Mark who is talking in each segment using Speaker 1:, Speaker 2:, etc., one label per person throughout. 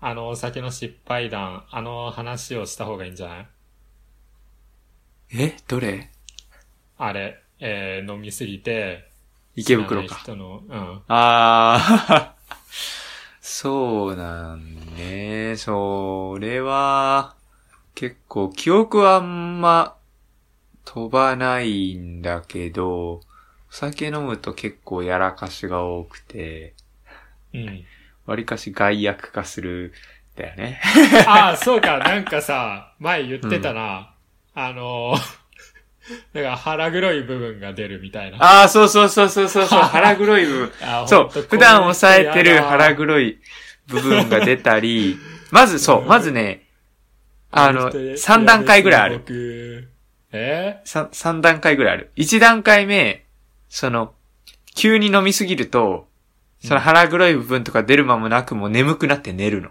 Speaker 1: あの、お酒の失敗談、あの話をした方がいいんじゃない
Speaker 2: えどれ
Speaker 1: あれ、えー飲みすぎて、
Speaker 2: 池袋か
Speaker 1: 知。らない人の、うん。
Speaker 2: あー、そうなんね。それは、結構、記憶はあんま飛ばないんだけど、お酒飲むと結構やらかしが多くて、
Speaker 1: うん。
Speaker 2: わりかし害悪化するんだよね。
Speaker 1: ああ、そうか、なんかさ、前言ってたな。あの、 なんか腹黒い部分が出るみたいな。
Speaker 2: ああ、そうそうそうそうそうそう、腹黒い部分。
Speaker 1: あ
Speaker 2: そう、普段抑えてる腹
Speaker 1: 黒
Speaker 2: 黒い部分が出だり、 まずそうう、
Speaker 1: ん
Speaker 2: まずね、あの、3段階ぐらいある。
Speaker 1: る。え
Speaker 2: 三三段階ぐらいある。一段階目、その、急に飲みすぎると、その腹黒い部分とか出る間もなくもう眠くなって寝るの。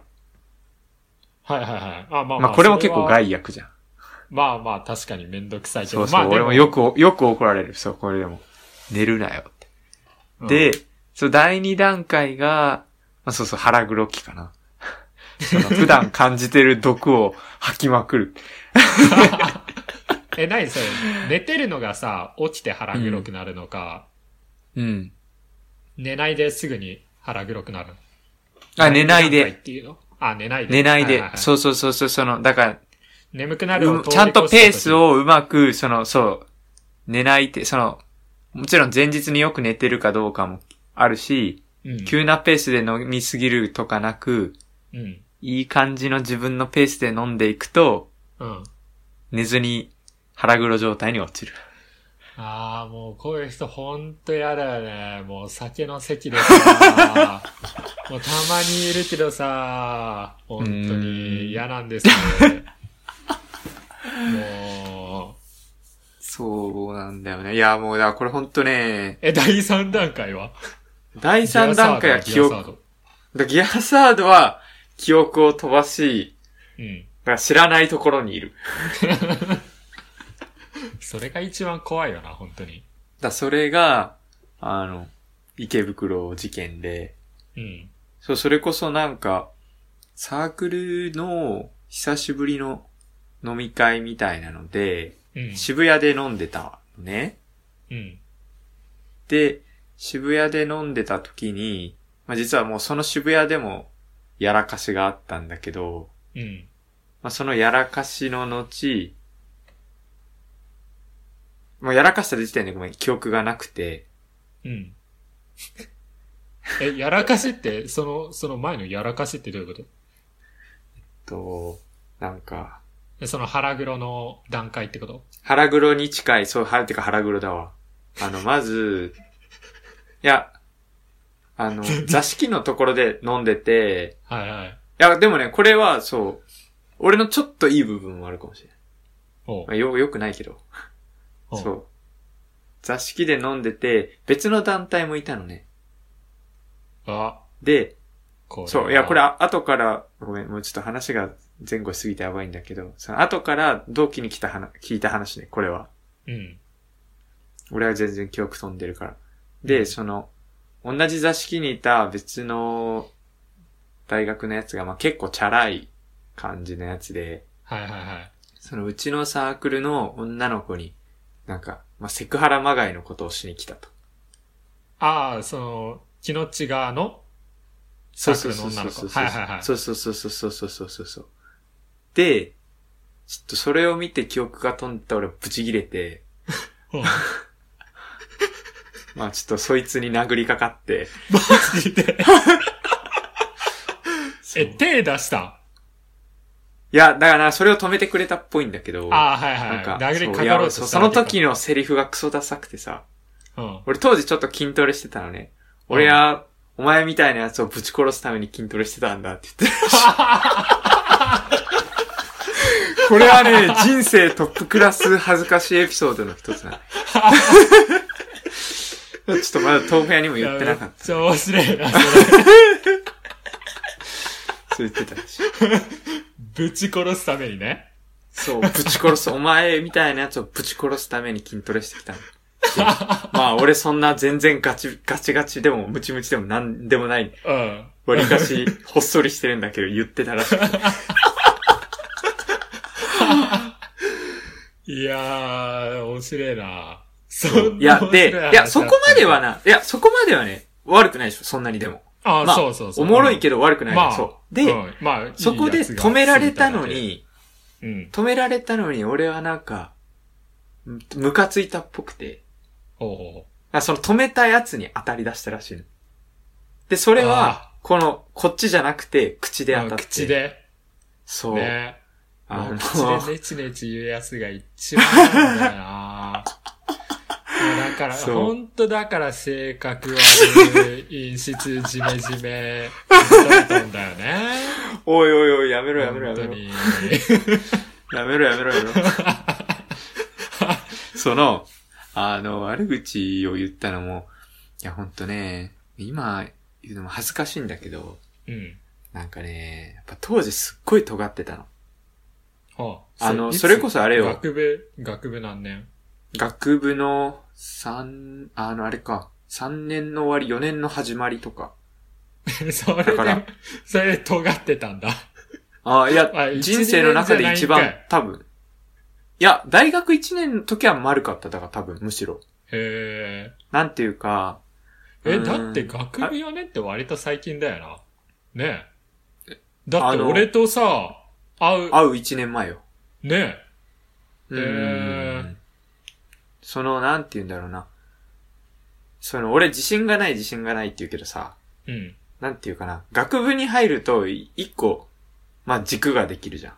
Speaker 1: はいはいはい。あ、まあ
Speaker 2: まあこれも結構。
Speaker 1: そは
Speaker 2: 害悪じゃん。
Speaker 1: まあまあ、確かにめんどくさいけ
Speaker 2: そ
Speaker 1: ど。
Speaker 2: うそう、
Speaker 1: まあ、
Speaker 2: 俺もよく、よく怒られる。そう、これでも。寝るなよって。
Speaker 1: く
Speaker 2: で、そう、第二段階が、まあそうそう、腹黒きかな。 その普段感じてる毒を吐きまくる。
Speaker 1: え、何それ寝てるのがさ、起きて腹黒くなるのか、
Speaker 2: うん。
Speaker 1: 寝ないですぐに腹黒くなるの
Speaker 2: あ、寝ない
Speaker 1: 何段階
Speaker 2: で。
Speaker 1: っていうのあ、寝ないで。
Speaker 2: 寝ないで
Speaker 1: はは。は
Speaker 2: そうそうそうそう、その、だから、
Speaker 1: 眠くなる
Speaker 2: う
Speaker 1: を
Speaker 2: ん
Speaker 1: 通り越
Speaker 2: ちゃんとペース
Speaker 1: し
Speaker 2: をうまく、その、そう、寝ないって、その、もちろん前日によく寝てるかどうかもあるし、
Speaker 1: た時、
Speaker 2: 急なペースで飲みすぎるとかなく、
Speaker 1: うん。うん。
Speaker 2: いい感じの自分のペースで飲んでいくと、
Speaker 1: うん。
Speaker 2: 寝ずに腹黒状態に落ちる。
Speaker 1: ああ、もうこういう人ほんと嫌だよね。もう酒の席で さ、もうたまにいるけどさ、ほんと
Speaker 2: うーん
Speaker 1: に嫌なんですよ。もう、
Speaker 2: そうなんだよね。いや、もう、だからこれほんとね、
Speaker 1: え、第3段階は
Speaker 2: 第3段階は記
Speaker 1: ギアサー
Speaker 2: 憶。
Speaker 1: ド
Speaker 2: だギアサードは記憶を飛ばし、
Speaker 1: うん。
Speaker 2: だから知らないところにいる。
Speaker 1: それが一番怖いよな、本当に。
Speaker 2: だそれが、あの、池袋事件で、
Speaker 1: うん。
Speaker 2: そう、それこそなんか、サークルの久しぶりの飲み会みたいなので、
Speaker 1: うん。
Speaker 2: 渋谷で飲んでたのね。
Speaker 1: うん。
Speaker 2: で、渋谷で飲んでた時に、まあ、実はもうその渋谷でもやらかしがあったんだけど、
Speaker 1: うん。
Speaker 2: まあ、そのやらかしの後、もうやらかした時点でごめん、記憶がなくて、
Speaker 1: うん。 え、やらかしって、その、その前のやらかしってどういうこと
Speaker 2: と、なんか、
Speaker 1: えその腹黒の段階ってこと
Speaker 2: 腹黒に近い、そう、腹、てか腹黒だわ。あの、まず、いや、あの、座敷のところで飲んでて、
Speaker 1: はいはい。
Speaker 2: いや、でもね、これは、そう、俺のちょっといい部分もあるかもしれない。
Speaker 1: おう
Speaker 2: まあ、よ、よくないけど。
Speaker 1: お。
Speaker 2: そうう。座敷で飲んでて、別の団体もいたのね。
Speaker 1: あ、
Speaker 2: で、
Speaker 1: これは
Speaker 2: そう、いや、これ、、あ後から、ごめん、もうちょっと話が前後しすぎてやばいんだけど、その後から同期に来た話、聞いた話ね、これは。
Speaker 1: うん。
Speaker 2: 俺は全然記憶飛んでるから。
Speaker 1: う
Speaker 2: で、
Speaker 1: ん
Speaker 2: その、同じ座敷にいた別の大学のやつが、まあ、結構チャラい感じのやつで、
Speaker 1: はいはいはい。
Speaker 2: そのうちのサークルの女の子に、なんか、まあ、セクハラまがいのことをしに来たと。
Speaker 1: ああ、その、気の違うのサ
Speaker 2: そ
Speaker 1: ー
Speaker 2: う
Speaker 1: ク
Speaker 2: そ
Speaker 1: ル
Speaker 2: う
Speaker 1: の
Speaker 2: そう
Speaker 1: 女
Speaker 2: そう
Speaker 1: の子。
Speaker 2: そう。
Speaker 1: はいはいはい。
Speaker 2: そうそうそうそうそうそうそうそう。で、ちょっとそれを見て記憶が飛んでた俺ブチ切れて、
Speaker 1: うん
Speaker 2: まあちょっとそいつに殴りかかって。
Speaker 1: マジで え、
Speaker 2: そう
Speaker 1: 手出したん
Speaker 2: いや、だからそれを止めてくれたっぽいんだけど。
Speaker 1: ああ、はい
Speaker 2: なん
Speaker 1: はい。
Speaker 2: か、
Speaker 1: 殴り
Speaker 2: そう
Speaker 1: かかろうと
Speaker 2: いやそう
Speaker 1: した
Speaker 2: そ
Speaker 1: わ
Speaker 2: の
Speaker 1: けか
Speaker 2: 時のセリフがクソダサくてさ、
Speaker 1: うん。
Speaker 2: 俺当時ちょっと筋トレしてたのね。俺は、お前みたいなやつをぶち殺すために筋トレしてたんだって言って。これはね、人生トップクラス恥ずかしいエピソードの一つなの。ちょっとまだ豆腐屋にも言ってなかっ
Speaker 1: めっちゃ面白いな、それ。
Speaker 2: た。そう言ってたし。
Speaker 1: ぶち殺すためにね。
Speaker 2: そう、ぶち殺す、お前みたいなやつをぶち殺すために筋トレしてきたの。でまあ、俺そんな全然ガチ、ガチガチでもムチムチでもなんでもない
Speaker 1: うん。
Speaker 2: わりかし、ほっそりしてるんだけど、言ってたらしい。
Speaker 1: いやー、面白いな。そん
Speaker 2: い
Speaker 1: な面白
Speaker 2: や、で、
Speaker 1: 話
Speaker 2: いや、そこまでは
Speaker 1: だっ
Speaker 2: な、いや、そこまではね、悪くないでしょ、そんなにでも。
Speaker 1: たんだ。あ、
Speaker 2: まあ
Speaker 1: そうそうそう。
Speaker 2: おもろいけ
Speaker 1: ど、
Speaker 2: ど悪くない。
Speaker 1: まあ
Speaker 2: そう。で、
Speaker 1: うんまあ、
Speaker 2: そこで止められたのに、
Speaker 1: いいやつが過ぎただけで、うん。
Speaker 2: 止められたのに俺はなんか、うんムカついたっぽくて、
Speaker 1: おうおう
Speaker 2: あその止めたやつに当たり出したらしいの。で、それは、この、こっちじゃなくて、口で
Speaker 1: まあ
Speaker 2: 当たって。
Speaker 1: 口。で、
Speaker 2: そう。
Speaker 1: ね。
Speaker 2: あ
Speaker 1: もう
Speaker 2: の、
Speaker 1: 口でネチネチ言うやつが一番なんだよなもうだから、
Speaker 2: そう
Speaker 1: ほんとだから性格悪い、 陰湿、じめじめ、だったんだよね。
Speaker 2: おいおいおい、やめろやめろや
Speaker 1: 本当
Speaker 2: めろ。
Speaker 1: に。
Speaker 2: やめろやめろやめろ。 その、あの、悪口を言ったのも、いや、ほんとね、今言うのも恥ずかしいんだけど、
Speaker 1: うん。
Speaker 2: なんかね、やっぱ当時すっごい尖ってたの。
Speaker 1: は
Speaker 2: あのそれこそあれよ
Speaker 1: 学部、学部何年
Speaker 2: 学部の3、あの、あれか、3年の終わり、4年の始まりとか。
Speaker 1: それで
Speaker 2: だから、
Speaker 1: それで尖ってたんだ。
Speaker 2: ああ、いや
Speaker 1: あ、一
Speaker 2: 人生の中で一
Speaker 1: 二年
Speaker 2: 番
Speaker 1: じゃないんかい、
Speaker 2: 多分。いや、大学1年の時は丸かった、だから多分、むしろ。
Speaker 1: へ
Speaker 2: なんていうか、
Speaker 1: え。え、
Speaker 2: うん
Speaker 1: だって学部
Speaker 2: あ
Speaker 1: 4年って割と最近だよな。ねえ。だっ
Speaker 2: あ
Speaker 1: て
Speaker 2: の
Speaker 1: 俺とさ、会う、
Speaker 2: 会う1年前よ。
Speaker 1: ねえ。
Speaker 2: う
Speaker 1: へー
Speaker 2: ん。その、なんて言うんだろうな。その、俺自信がない自信がないって言うけどさ、
Speaker 1: うん。
Speaker 2: なんていうかな。学部に入ると、い一個、まあ、軸ができるじゃ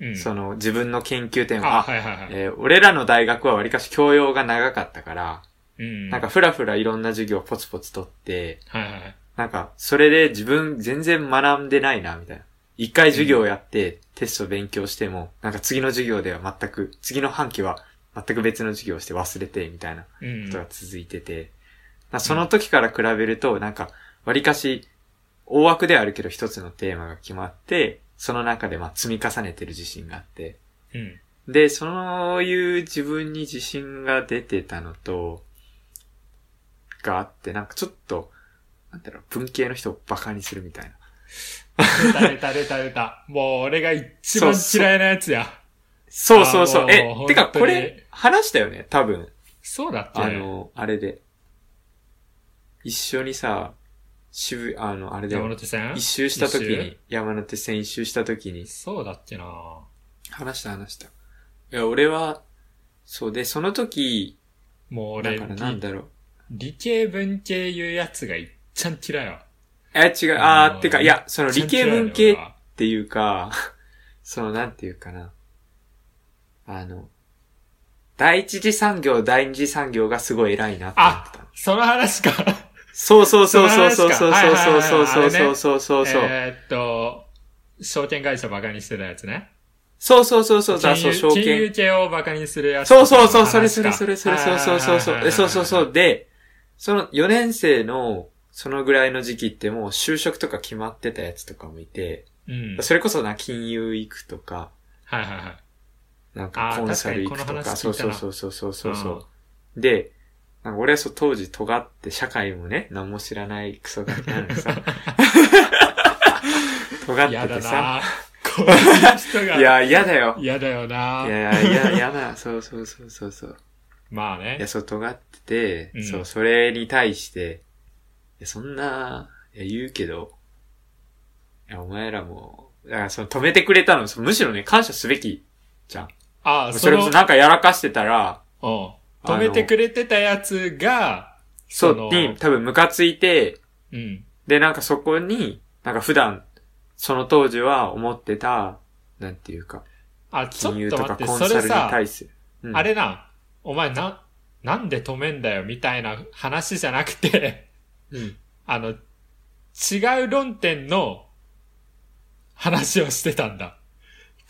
Speaker 2: ん。
Speaker 1: うん。
Speaker 2: その、自分の研究点は、
Speaker 1: あ、
Speaker 2: あ
Speaker 1: はいはいはい。
Speaker 2: えー俺らの大学はわりかし教養が長かったから、
Speaker 1: うん。
Speaker 2: なんか、ふらふらいろんな授業をポツポツ取って、
Speaker 1: はいはいはい。
Speaker 2: なんか、それで自分全然学んでないな、みたいな。一回授業やって、テスト勉強しても、なんか次の授業では全く、次の半期は全く別の授業をして忘れて、みたいなこ
Speaker 1: うん
Speaker 2: と。が続いてて、まあその時から比べると、なんか、割かし、大枠ではあるけど一つのテーマが決まって、その中でまあ積み重ねてる自信があって、
Speaker 1: うん。
Speaker 2: で、そういう自分に自信が出てたのと、があって、なんかちょっと、なんだろう、文系の人をバカにするみたいな。
Speaker 1: 出た出た出た出た。もう俺が一番嫌いなやつや。
Speaker 2: そうそうそ
Speaker 1: あ
Speaker 2: う。
Speaker 1: ー
Speaker 2: え
Speaker 1: もう、
Speaker 2: てか
Speaker 1: 本当
Speaker 2: こ
Speaker 1: に
Speaker 2: れ、話したよね、多分。
Speaker 1: そうだっけ
Speaker 2: あの、あれで。一緒にさ、渋い、あの、あれで、
Speaker 1: 山手線
Speaker 2: 一周した時
Speaker 1: 一
Speaker 2: に、山手線一周した時に、
Speaker 1: そうだっけな
Speaker 2: 話した話した。いや、俺は、そうで、その時、
Speaker 1: もう
Speaker 2: だ
Speaker 1: 俺
Speaker 2: からなん
Speaker 1: 理、
Speaker 2: だろう。
Speaker 1: 理系文系いうやつがいっちゃん嫌いわ。
Speaker 2: え、違う、あー、てか、いや、その
Speaker 1: 一
Speaker 2: 理
Speaker 1: 番
Speaker 2: 系
Speaker 1: 嫌いだよ
Speaker 2: 文系
Speaker 1: 俺は
Speaker 2: っていうか、 その、なんていうかな。あの、第一次産業、第二次産業がすごい偉いなって思ってたの。
Speaker 1: その話か。
Speaker 2: そうそうそうそう
Speaker 1: そ
Speaker 2: そう
Speaker 1: の話
Speaker 2: そう
Speaker 1: か
Speaker 2: そうそう
Speaker 1: はいはいはいはいあれね
Speaker 2: そうそうそうそうそう。
Speaker 1: えーっと、証券会社バカにしてたやつね。
Speaker 2: そうそうそうそう
Speaker 1: 金
Speaker 2: だ、そう、
Speaker 1: 融
Speaker 2: 証
Speaker 1: 金融
Speaker 2: 券。
Speaker 1: 系をバカにするやつ。
Speaker 2: そうそうそう、それそれそれそれそうそうそうそう。えそうそうそ
Speaker 1: は
Speaker 2: う。で、その4年生の、そのぐらいの時期ってもう就職とか決まってたやつとかもいて、
Speaker 1: いはいはい。うん。
Speaker 2: それこそな、金融行くとか、
Speaker 1: はいはいはい。
Speaker 2: なんかコンサル行くと
Speaker 1: あー確かにこの
Speaker 2: か、
Speaker 1: 話
Speaker 2: そ
Speaker 1: 聞
Speaker 2: う
Speaker 1: いた
Speaker 2: そう
Speaker 1: な
Speaker 2: そうそうそうそうそう。で、なんか俺はそう当時尖って社会もね、何も知らないクソガキなの にさ、尖
Speaker 1: 嫌
Speaker 2: って
Speaker 1: だ
Speaker 2: てさ、
Speaker 1: な こういう人が。
Speaker 2: いや、嫌だよ。
Speaker 1: 嫌だよ
Speaker 2: い
Speaker 1: な
Speaker 2: や、いや、嫌だ、そうそうそうそうそう。
Speaker 1: まあ
Speaker 2: い
Speaker 1: ね
Speaker 2: や、。そう尖ってて、
Speaker 1: うん
Speaker 2: そう、それに対して、いやそんな、いや、言うけど、いや、お前らも、だからその止めてくれたの、そうむしろね、感謝すべきじゃん。
Speaker 1: ああ、
Speaker 2: そ
Speaker 1: そ
Speaker 2: れ
Speaker 1: の
Speaker 2: こそ、なんかやらかしてたら、
Speaker 1: うん止めてくれてたやつが、
Speaker 2: そ
Speaker 1: の
Speaker 2: う、に、多分ムカついて、
Speaker 1: うん。
Speaker 2: で、なんかそこに、なんか普段、その当時は思ってた、なんていうか、
Speaker 1: あ、ちょ
Speaker 2: 金融
Speaker 1: っと
Speaker 2: と
Speaker 1: 待
Speaker 2: か
Speaker 1: って、
Speaker 2: コン
Speaker 1: そ
Speaker 2: サル
Speaker 1: れ
Speaker 2: に
Speaker 1: さ、
Speaker 2: 対する。うん
Speaker 1: あれな、お前な、なんで止めんだよみたいな話じゃなくて、
Speaker 2: うん
Speaker 1: あの、違う論点の話をしてたんだ。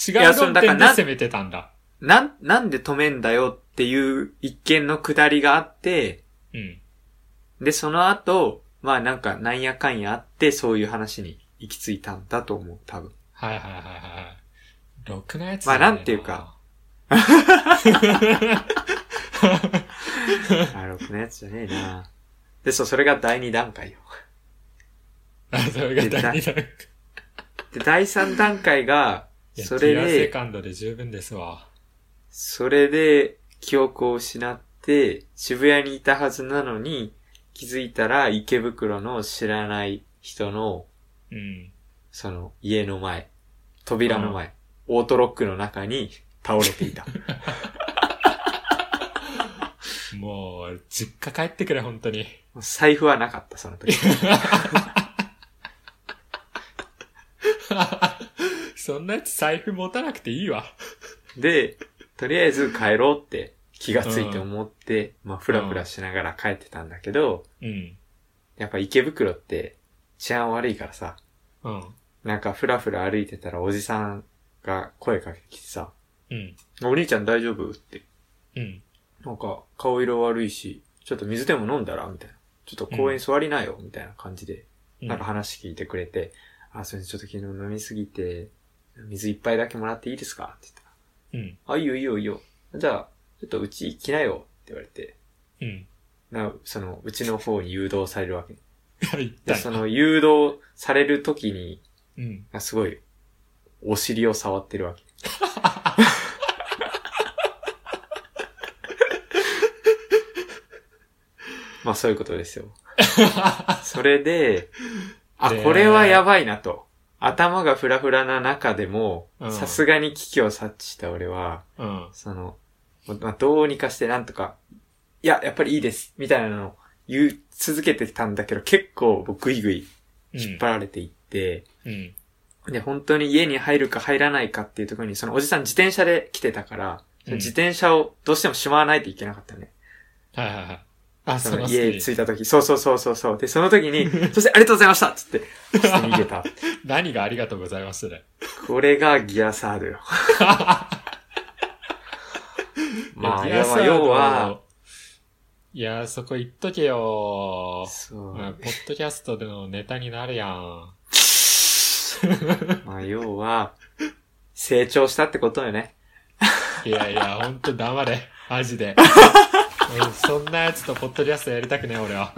Speaker 1: 違
Speaker 2: や
Speaker 1: う
Speaker 2: その
Speaker 1: 論
Speaker 2: だから
Speaker 1: 点で
Speaker 2: な
Speaker 1: 攻めてたんだ。
Speaker 2: なん、なんで止めんだよっていう一見のくだりがあって、
Speaker 1: うん。
Speaker 2: で、その後、まあなんか、なんやかんやあって、そういう話に行き着いたんだと思う、 多分。
Speaker 1: はいはいはいはいはい。ろくなやつ
Speaker 2: まあ
Speaker 1: だね
Speaker 2: なんていうか。あ、ろくなやつじゃねえなで、そう、それが第二段階よ。
Speaker 1: あ、それが第2弾。
Speaker 2: で、第3段階が、
Speaker 1: いや、
Speaker 2: それ
Speaker 1: ティアセ
Speaker 2: で、
Speaker 1: カンドで十分ですわ。
Speaker 2: それで記憶を失って、渋谷にいたはずなのに、気づいたら池袋の知らない人の、
Speaker 1: うん。
Speaker 2: その家の前、扉の前、オートロックの中に倒れていた。
Speaker 1: もう、実家帰ってくれ、本当に。
Speaker 2: 財布はなかった、その時。
Speaker 1: そんなやつ財布持たなくていいわ。
Speaker 2: で、とりあえず帰ろうって気がついて思って、まあ、ふらふらしながら帰ってたんだけど、
Speaker 1: うん。
Speaker 2: やっぱ池袋って治安悪いからさ、
Speaker 1: うん。
Speaker 2: なんかふらふら歩いてたらおじさんが声かけてきてさ、
Speaker 1: うん。
Speaker 2: お兄ちゃん大丈夫って。
Speaker 1: うん。
Speaker 2: なんか顔色悪いし、ちょっと水でも飲んだらみたいな。ちょっと公園座りなよみたいな感じで、
Speaker 1: うん
Speaker 2: なんか話聞いてくれて、あ、それちょっと昨日飲みすぎて、水一杯だけもらっていいですかって言ったら
Speaker 1: うん。
Speaker 2: あ、いいよいいよいいよ。じゃあ、ちょっとうち行きなよって言われて、
Speaker 1: うん。
Speaker 2: な、その、うちの方に誘導されるわけ。
Speaker 1: はい、
Speaker 2: で、
Speaker 1: 痛い
Speaker 2: その、誘導されるときに、
Speaker 1: うん。
Speaker 2: あすごい、お尻を触っ てるわけ。まあ、そういうこ とですよ。それで、あ、
Speaker 1: で
Speaker 2: これはやばいなと。頭がフラフラな中でも
Speaker 1: う、ん
Speaker 2: さすがに危機を察知した俺は、
Speaker 1: うん。
Speaker 2: その、まあ、どうにかしてなんとか、いや、やっぱりいいです、みたいなのを言う、続けてたんだけど、結構僕ぐいぐい引っ張られていって、
Speaker 1: うん。
Speaker 2: で、本当に家に入るか入らないかっていうところに、そのおじさん自転車で来てたから、その自転車をどうしてもしまわないといけなかったね。
Speaker 1: はいはいはい。あ、
Speaker 2: そ
Speaker 1: そ
Speaker 2: の
Speaker 1: の
Speaker 2: 家
Speaker 1: 家
Speaker 2: に着いた時、そうそうそうそうそう。で、その時 に、そしてありがとうございましたっつって、そして逃げた。
Speaker 1: 何がありがとうございますね。
Speaker 2: これがギアサードよ。 まあ、
Speaker 1: いや
Speaker 2: 要は、要は、、
Speaker 1: いや、そこ言っとけよ。
Speaker 2: そう。
Speaker 1: まあポッドキャストでのネタになるやん。
Speaker 2: まあ、要は、成長したってことよね。
Speaker 1: いやいや、ほんと黙 れ。マジで。うんそんなやつとポッドキャストやりたくねえ、俺は。